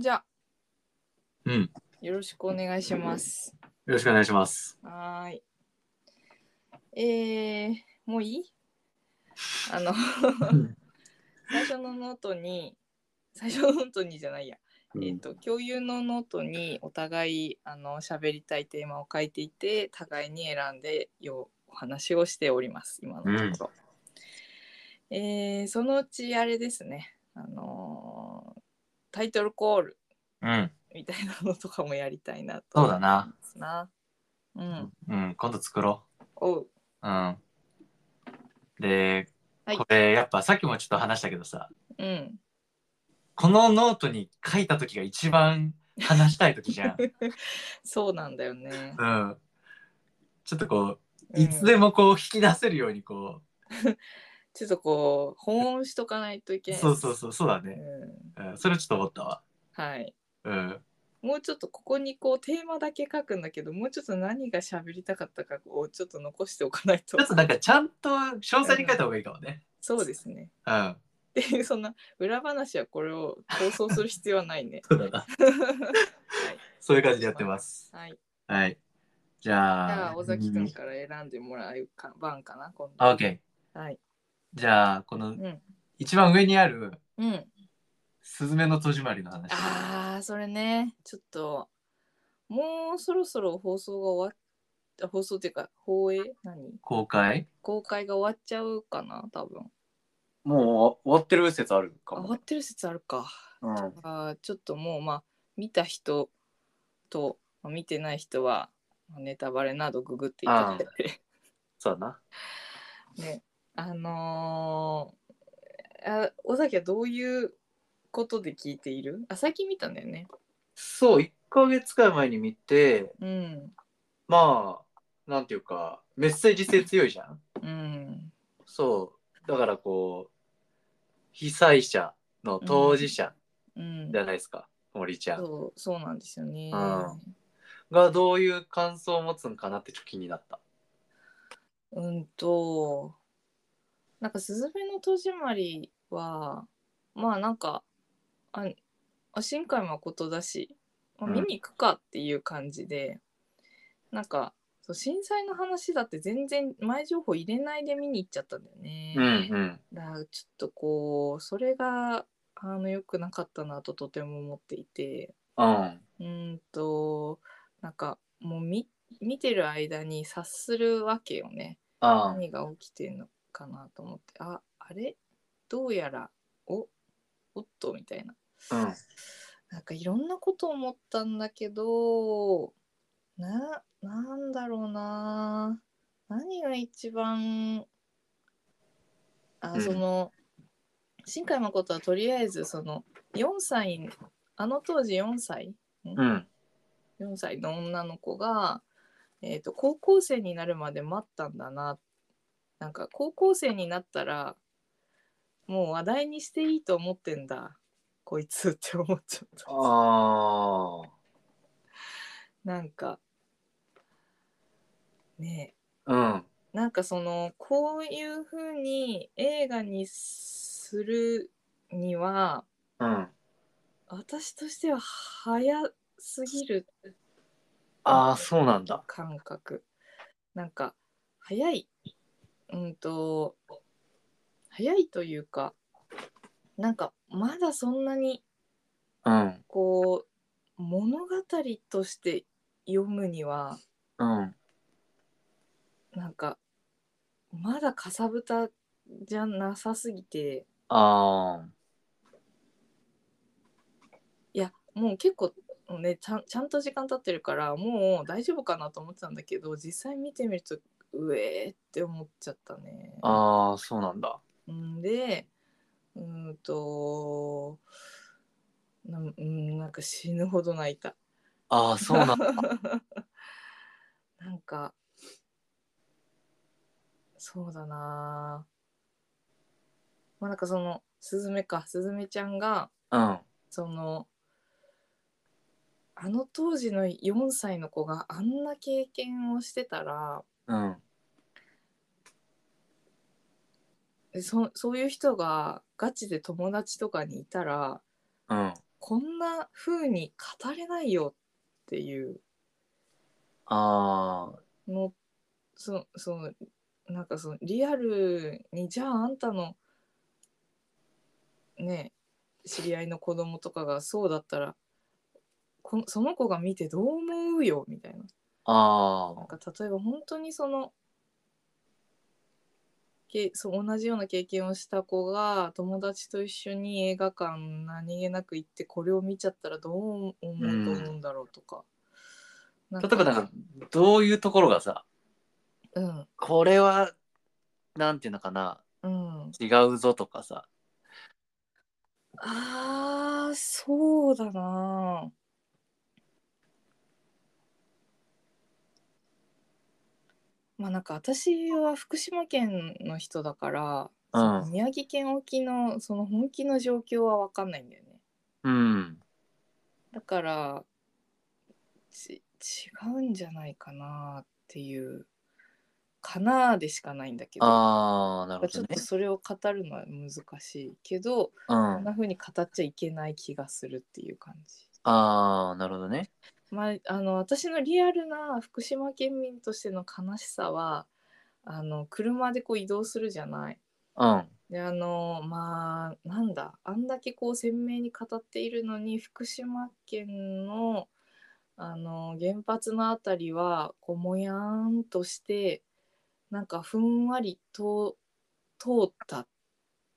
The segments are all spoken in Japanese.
じゃうん。よよろしくお願いします。ろしくお願いします。はーい。えー、もういい あのん、最初のノートに、最初のノートにじゃないや。えっ、と、共有のノートにお互い、あの、喋りたいテーマを書いていて、互いに選んでよお話をしております、今のところ。えーそのうちあれですね、あのータイトルコールうん。みたいなのとかもやりたいなと。そうだな。な。うん。うん。今度作ろおう。う。うん。で、はいこれやっぱさっきもちょっと話したけどさ、うん。このノートに書いた時が一番話したい時じ ゃん。そうなんだよね。うん。ちょっとこう、うんいつでもこう引き出せるようにこ、ちょっとこう、保温しとかないというけない。そうそうそう、そうだうね。ん。うん。それちょっと思ったわ。はい。うん。もうちょっとここにこうテーマだけ書くんだけど、もうちょっと何が喋りたかったかをちょっと残しておかないとちょ。っとなんかちゃんと詳細に書いた方がいいかもね。そうですね。うん。。っていう、そんな裏話はこれを放送する必要はないねそうだな。 そういう感じでやってます。はい。はい。じじゃあ。ゃあ、尾崎くんから選んでもらうか番かな、今度。あ OK。はい。じゃあ、このうん。一番上にある、うん。スズメの戸締まりの話。ああそれねちょっともうそろそろ放送が終わっ放送っていうか放映何公開公開が終わっちゃうかな多分もう終わってる説あるあか終もわ。ってる説あるかうん、あーちょっともうまあ見た人とまあ見てない人はまあネタバレなどググっていただいてそうだな。ね あのーあ尾崎はどういうことで聞いているあ最近見たんだよねそう、1ヶ月くらい前に見て、うんまあ、なんていうか、メッセージ性強いじゃん。うんそう。だからこう、被災者の当事者うんじゃないですか、森ちゃん。そうそうなんですよね。うんがどういう感想を持つんかなってちょっと気になった。うんとなんか「すずめの戸締まりは」まあなんかああ新海誠だし、まあ、うん見に行くかっていう感じで、なんかそう震災の話だって全然前情報入れないで見に行っちゃったんだよね。うんだからちょっとこうそれがあの良くなかったなととても思っていて。うん。うん。うーんとなんかもう見見てる間に察するわけよねあ何が起きてんのかなと思ってああれどうやらおおっとみたいなうん。なんかいろんなこと思ったんだけどななんだろうな何が一番あ、うんその新海誠はとりあえずその4歳あの当時4歳うん。 4歳の女の子が、えー、と高校生になるまで待ったんだななんか高校生になったらもう話題にしていいと思ってんだこいつって思っちゃったあなんかねえあ。うん。なんかそのこういう風に映画にするにはうん。私としては早すぎるああ、そうなんだ。感覚なんか早いうんと早いというかなんかまだそんなにうん。こう物語として読むにはうん。なんかまだかさぶたじゃなさすぎてあいやもう結構ねちゃんちゃんと時間経ってるからもう大丈夫かなと思ってたんだけど実際見てみるとうえーって思っちゃったね。あ。ああ、そうなんだ。んでうーんとなうんなんか死ぬほど泣いたああ、そうなんだ。なんかそうだなまあなんかそのすずめかすずめちゃんがうん。そのあの当時の4歳の子があんな経験をしてたらうん。そそういう人がガチで友達とかにいたらうん。こんな風に語れないよっていうああのそのそのなんかそのリアルにじゃああんたのね知り合いの子供とかがそうだったらこのその子が見てどう思うよみたいなあなんあか例えば本当にそのけそう同じような経験をした子が友達と一緒に映画館何気なく行ってこれを見ちゃったらどう思うと思うんだろうとか。例えばなんかどういうところがさうんこれはなんていうのかなうん、違うぞとかさあーそうだなまあなんか私は福島県の人だから、うんその宮城県沖のその本気の状況は分かんないんだよねうんだからち違うんじゃないかなっていうかなでしかないんだけどああなるちほょどっねとそれを語るのは難しいけど、うんこんな風に語っちゃいけない気がするっていう感じ。ああなるほどねまあ、あの私のリアルな福島県民としての悲しさはあの車でこう移動するじゃない。うんであのまあなんだあんだけこう鮮明に語っているのに福島県のあの原発のあたりはこうもやーんとしてなんかふんわりと通った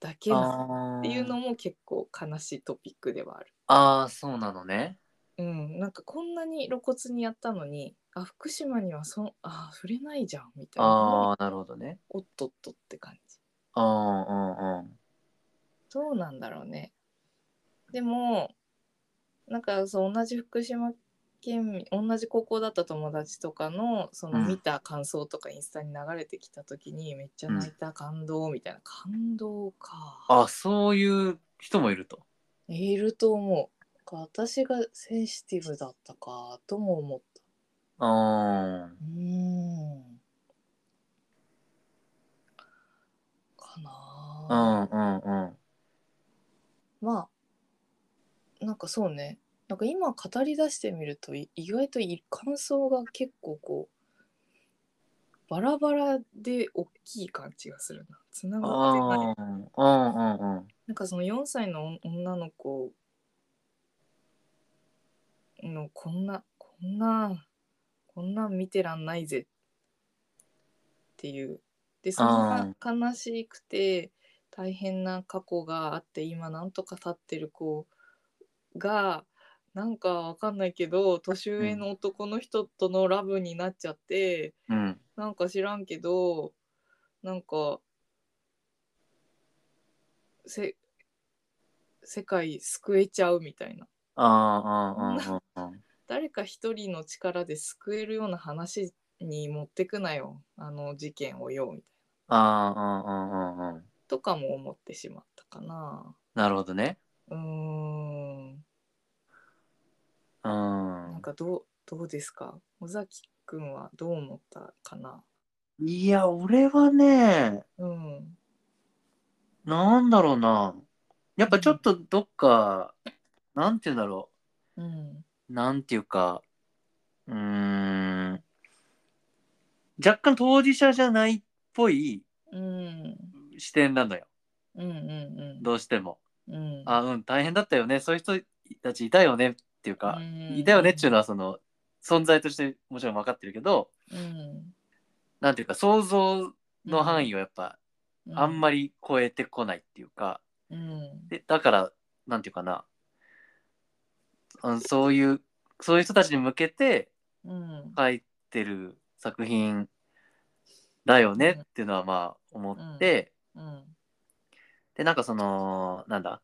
だけなあーっていうのも結構悲しいトピックではある。あーそうなのねうん、なんかこんなに露骨にやったのにあ福島にはそんあ触れないじゃんみたいなああなるほどねおっとっとって感じうんうんうんどうなんだろうねでもなんかそう同じ福島県民同じ高校だった友達とかのそうのん見た感想とかインスタに流れてきた時にめっちゃ泣いた感動みたいな、感動かあそういう人もいるといると思うなんか私がセンシティブだったかとも思ったあうーんかなあうあんうんうんまあなんかそうねなんか今語り出してみるとい意外とい感想が結構こうバラバラで大きい感じがするなつながってないあーうんうんうんなんかその4歳の女女の子のこんなこんなこんなん見てらんないぜっていうでそあんな悲しくて大変な過去があって今なんとか立ってる子がなんかわかんないけど年上の男の人とのラブになっちゃって、うんなんか知らんけどなんかせ世界救えちゃうみたいなあーうんうんうんうん誰か一人の力で救えるような話に持ってくなよあの事件をよみたいなあーうんうんうんうんとかも思ってしまったかななるほどねうーんうんなんかどうどうですか尾崎くんはどう思ったかないや俺はねうんなんだろうなやっぱちょっとどっかなんて言うんだろうんうなんていうかうーん若干当事者じゃないっぽいうん視点なのようんうんどうしてもうんうんあうん大変だったよねそういう人たちいたよねっていうか、うんいたよねっていうのはその存在としてもちろん分かってるけどうんなんていうか想像の範囲をやっぱあんりまり超えてこないっていうか、うんでだからなんていうかなうんそういうそういう人たちに向けてうん書いてる作品だよねっていうのはまあ思って、うんでなんかそのなんだ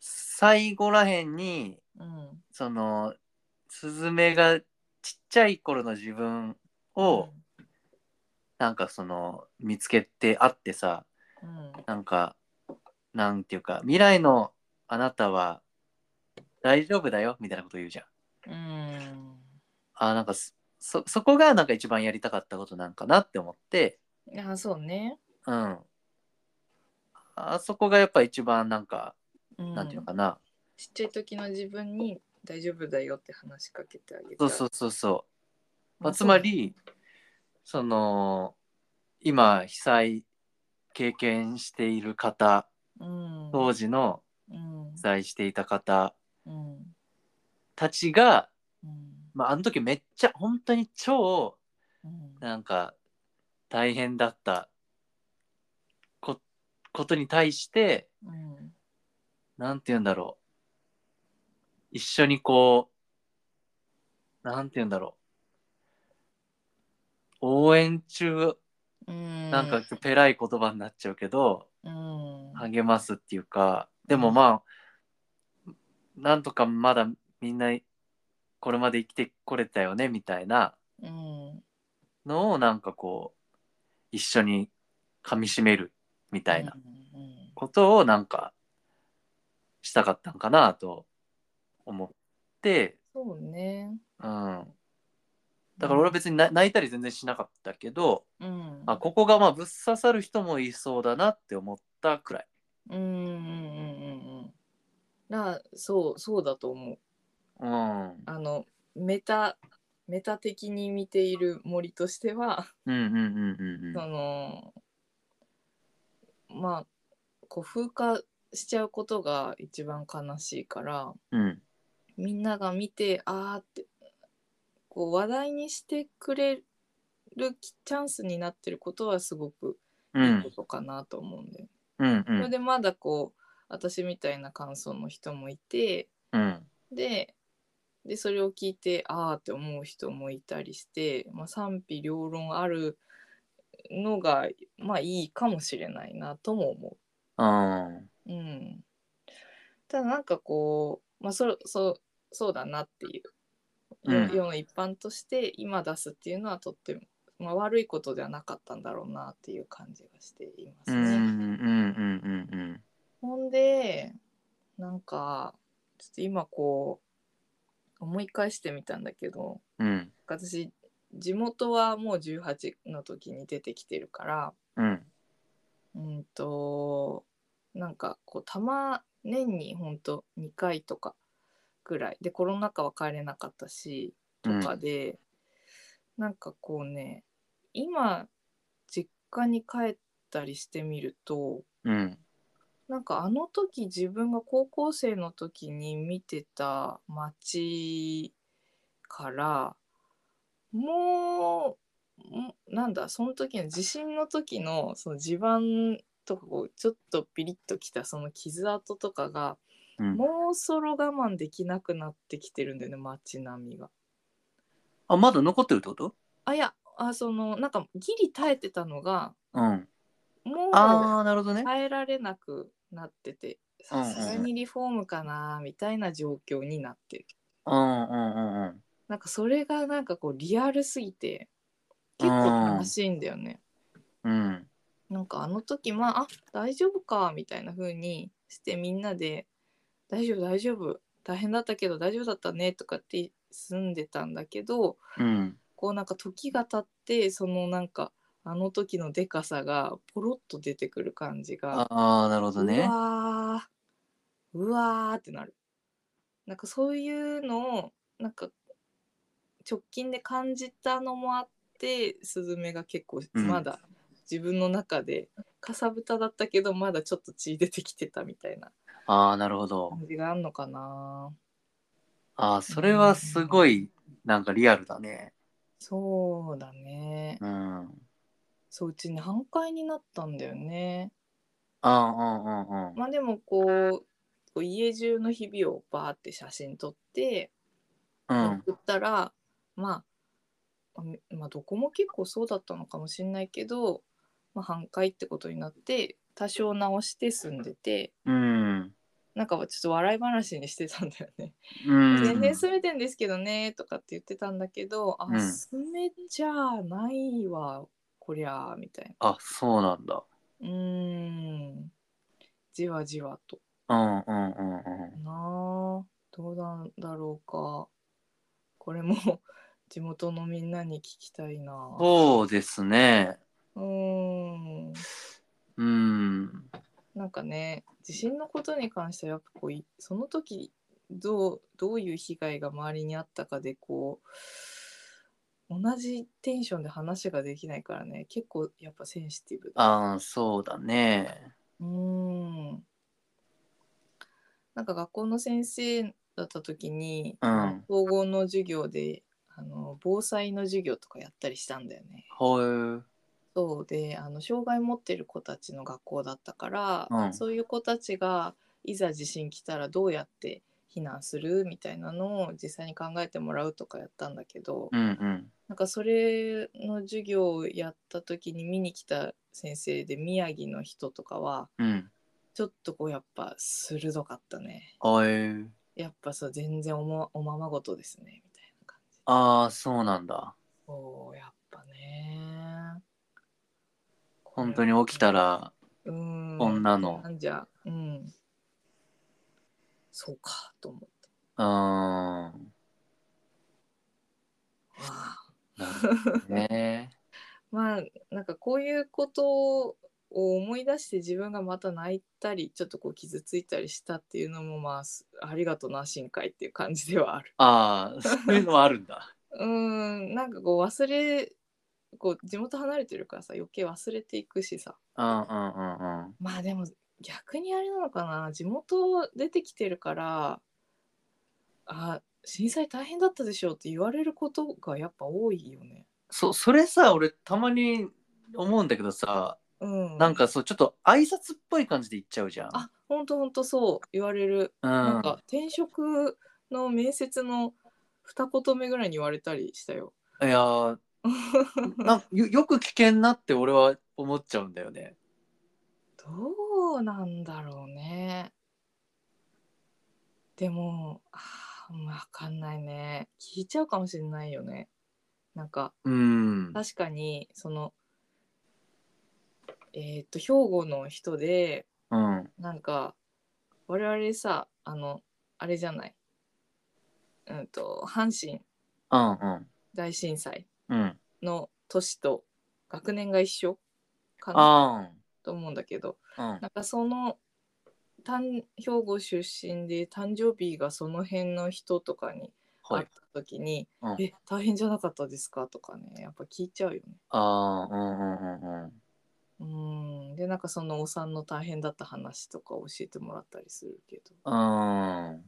最後らへんにうんそのスズメがちっちゃい頃の自分を、なんかその見つけてあってさうんなんかなんていうか未来のあなたは大丈夫だよみたいなこと言うじゃん。うんあなんかそそそこがなんか一番やりたかったことなんかなって思って、うんあそうね、うん、あそこがやっぱ一番なんか、うん、なんていうのかなちっちゃい時の自分に大丈夫だよって話しかけてあげてそうそうそうそう、まあ、あつまりその今被災経験している方うん当時のうん被災していた方うんたちが、うんまあ、あの時めっちゃ本当に超うんなんか大変だったこことに対してうんなんて言うんだろう一緒にこうなんて言うんだろう応援中うんなんかペラい言葉になっちゃうけど、うん励ますっていうかでもまあなんとかまだみんなこれまで生きてこれたよねみたいなうんのをなんかこう一緒に噛みしめるみたいなうんうんことをなんかしたかったんかなと思って、そうねうん、だから俺は別にな泣いたり全然しなかったけどうんあここがまあぶっ刺さる人もいそうだなって思ったくらい。うんうんうんうんうんなそうそうだと思ううん、うんあのメタメタ的に見ている森としては、うんうんうんうんそのまあこう風化しちゃうことが一番悲しいからうんみんなが見てあーってこう話題にしてくれるきチャンスになってることはすごくいういこんとかなと思うんで、うんうそれんでまだこう私みたいな感想の人もいて、うんででそれを聞いてああって思う人もいたりして、まあ、賛否両論あるのがまあいいかもしれないなとも思うんう。うん、ただなんかこう、まあ、そそうそうだなっていう。世うん世の一般として今出すっていうのはとっても、まあ、悪いことではなかったんだろうなっていう感じがしていますうんうね。んうんうんうんほんでなんかちょっと今こう思い返してみたんだけどうん私地元はもう18の時に出てきてるからうんうんとなんかこうたま年にほんと2回とかぐらいでコロナ禍は帰れなかったしとかで、なんかこうね今実家に帰ったりしてみると、うんなんかあの時自分が高校生の時に見てた街からもうんなんだその時の地震の時のその地盤とかこうちょっとピリッときたその傷跡とかがうんもうそろ我慢できなくなってきてるんだよね街並みが。あまだ残ってるってことあいやあそのなんかギリ耐えてたのがうんもうああなるほどね耐えられなくなっててさうんうんうんすがにリフォームかなみたいな状況になってるうんうんうんうんなんかそれがなんかこうリアルすぎて結構悲しいんだよね、うんなんかあの時まああ大丈夫かみたいな風にしてみんなで「大丈夫大丈夫大変だったけど大丈夫だったね」とかって住んでたんだけどうんこうなんか時が経ってそのなんかあの時のでかさがポロッと出てくる感じがああなるほどうねわーうわーってなるなんかそういうのをなんか直近で感じたのもあってスズメが結構んまだ自分の中でかさぶただったけどまだちょっと血出てきてたみたいなああなるほど感じがあるのかなああそれはすごいなんかリアルだねそうだねうんうんそううちに半壊になったんだよねうんうんうんまあでもこうこう家中の日々をバーって写真撮ってうん送ったら、まあみまあどこも結構そうだったのかもしれないけど、まあ、半壊ってことになって多少直して住んでてうんなんかちょっと笑い話にしてたんだよね。うん全然住めてんですけどねとかって言ってたんだけど、うんあ住めちゃないわこりゃあみたいあそうなんだなうーんじわじわとうんうんうんうんなあどうなんだろうかこれも地元のみんなに聞きたいな。そうですねうーんうんなんかね地震のことに関してはやっぱこういその時どうどういう被害が周りにあったかでこう同じテンションで話ができないからね結構やっぱセンシティブだああ、そうだね。うーんなんか学校の先生だった時に、うん総合の授業であの防災の授業とかやったりしたんだよね。はそうであの障害持ってる子たちの学校だったから、うんそういう子たちがいざ地震来たらどうやって避難するみたいなのを実際に考えてもらうとかやったんだけど、い。うんうん。なんかそれの授業をやった時に見に来た先生で宮城の人とかはうん。ちょっとこうやっぱ鋭かったねはい。やっぱそう全然おまおままごとですねみたいな感じああ、そうなんだ。そうやっぱね本当に起きたら、うん女のな。んじゃ、うん。そうか、と思っうん。た。ああなるほどね。 まあ、なんかこういうことを思い出して自分がまた泣いたり、ちょっとこう傷ついたりしたっていうのも、まあ、すありがとな、深海っていう感じではある。ああ、そういうのはあるんだ。うん、なんかこう忘れ、こう地元離れてるからさ、余計忘れていくしさ。うんうんうんうん。まあでも逆にあれなのかな地元出てきてるからあ震災大変だったでしょうって言われることがやっぱ多いよね。そそれさ俺たまに思うんだけどさうん、なんかそうちょっと挨拶っぽい感じで言っちゃうじゃん。あほんとほんとそう言われる、うなんん、か転職の面接の二言目ぐらいに言われたりしたよ。いやーなんかよよく聞けんなって俺は思っちゃうんだよね。どうなんだろうね。でも、あーわかんないね。聞いちゃうかもしれないよね。なんか、うん。確かにそのえーっと兵庫の人でうん。なんか我々さあのあれじゃないうんと阪神うんうん。大震災うん。の年と学年が一緒かなあと思うんだけどーうん。なんかその誕兵庫出身で誕生日がその辺の人とかには会っいた。時に「うんえ大変じゃなかったですか?」とかねやっぱ聞いちゃうよね。ああ、うんうんうんうん。うんでなんかそのお産の大変だった話とか教えてもらったりするけどうん。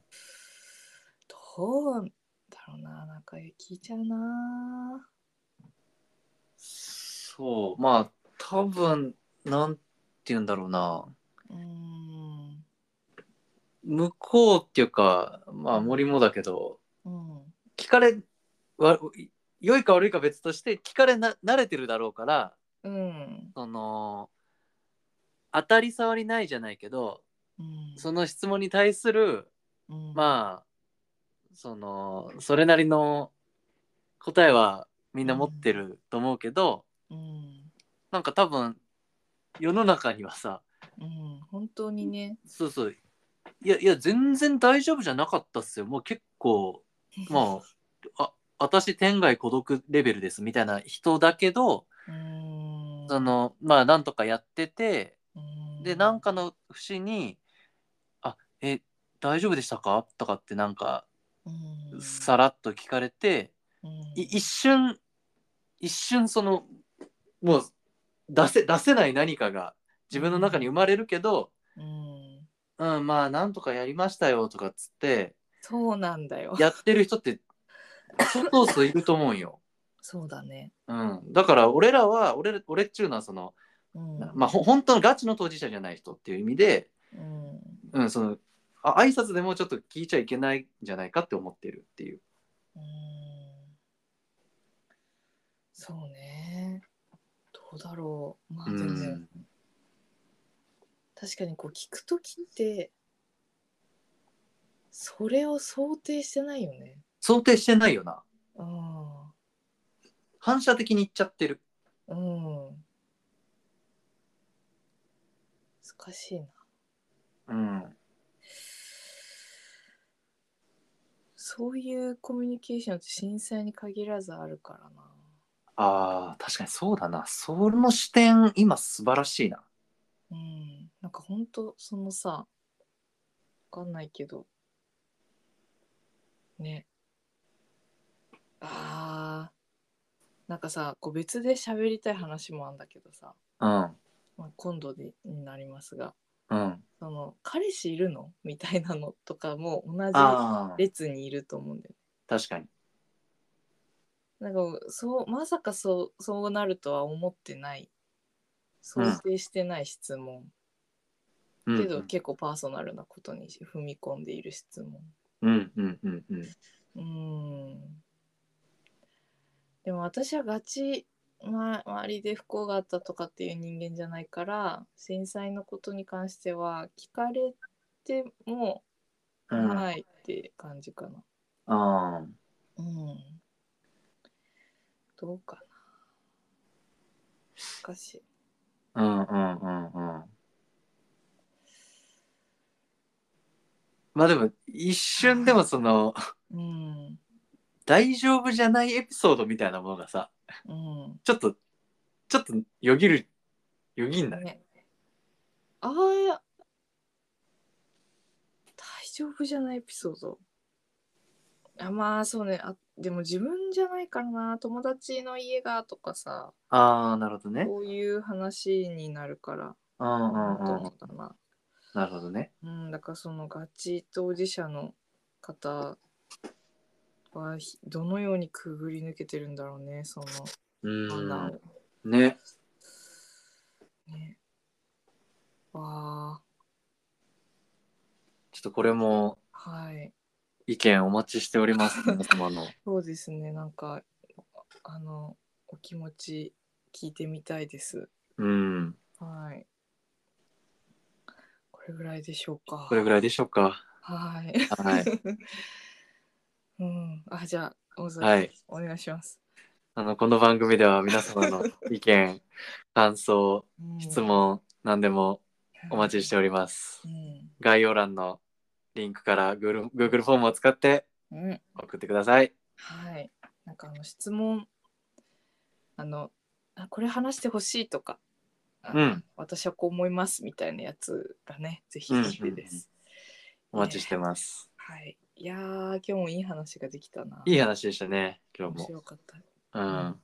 どうだろうななんか聞いちゃうなそう。まあ多分なんて言うんだろうな。うん向こうっていうかまあ森もだけどうん聞かれわ良いか悪いか別として聞かれな慣れてるだろうからうんその当たり障りないじゃないけどうんその質問に対するうんまあそのそれなりの答えはみんな持ってると思うけど、うんなんか多分世の中にはさうん本当にねそうそういやいや全然大丈夫じゃなかったっすよもう結構まああ私天涯孤独レベルですみたいな人だけど、うんそのまあなんとかやっててうんでなんかの節に「あえ大丈夫でしたか?」とかってなんかうんさらっと聞かれて、うんい一瞬一瞬そのもう出せ出せない何かが自分の中に生まれるけどうん「うんまあなんとかやりましたよ」とかっつってそうなんだよやってる人ってそうそうそういると思うんよ。そうだねうん、だから俺らは俺ら俺っちゅうのはその、うんまあほ本当のガチの当事者じゃない人っていう意味でうんうん、そのあ挨拶でもちょっと聞いちゃいけないんじゃないかって思ってるっていう。うんそうねどうだろうまあう全然、ん、確かにこう聞くときってそれを想定してないよね。想定してないよな。うん。反射的に言っちゃってる。うん。難しいな。うん。そういうコミュニケーションって震災に限らずあるからな。ああ、確かにそうだな。その視点、今素晴らしいな。うん。なんかほんとそのさかんないけどねあーなんかさこう別で喋りたい話もあんだけどさ、うん。まあ、今度でになりますがうん。その彼氏いるのみたいなのとかも同じああ、列にいると思うんだよね確かに。なんかそうまさかそうそうなるとは思ってない想定してない質問、うんけど結構パーソナルなことに踏み込んでいる質問うんうんうんうん。うーんでも私はガチ、ま、周りで不幸があったとかっていう人間じゃないから繊細のことに関しては聞かれてもうんはいって感じかな。あうあ、ん、どうかな。難しい。うんうんうんうん。まあでも、一瞬でもその、うん大丈夫じゃないエピソードみたいなものがさ、うんちょっと、ちょっとよぎる、よぎんない。ね、ああや大丈夫じゃないエピソードあまあそうねあでも自分じゃないからな友達の家がとかさああ、なるほどね。こういう話になるからうんうんどうんう。だななるほどね。うんだからそのガチ当事者の方はひどのようにくぐり抜けてるんだろうねそのう判断をん。ね。ねわあちょっとこれもはい意見お待ちしております。皆様の。そうですね、なんか、あの、お気持ち聞いてみたいです。うん。はい。これぐらいでしょうか。これぐらいでしょうか。はい。はい。 うん、あ、じゃあ、大は沢いさん、お願いします。あの、この番組では皆様の意見、感想、うん質問、何でもお待ちしております。うん。概要欄のリンクから Google, Google フォームを使ってうん。送ってください。はい。なんか、あの、質問。あの、あ、これ話してほしいとか。あうん私はこう思いますみたいなやつがね、ぜひ聞きたいです。お待ちしてます。はい。いやー、今日もいい話ができたな。いい話でしたね、今面日も。白かった。う。うんは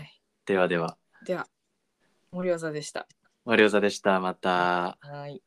い。ではでは、では、森技でした。マリオザでした。また。はい。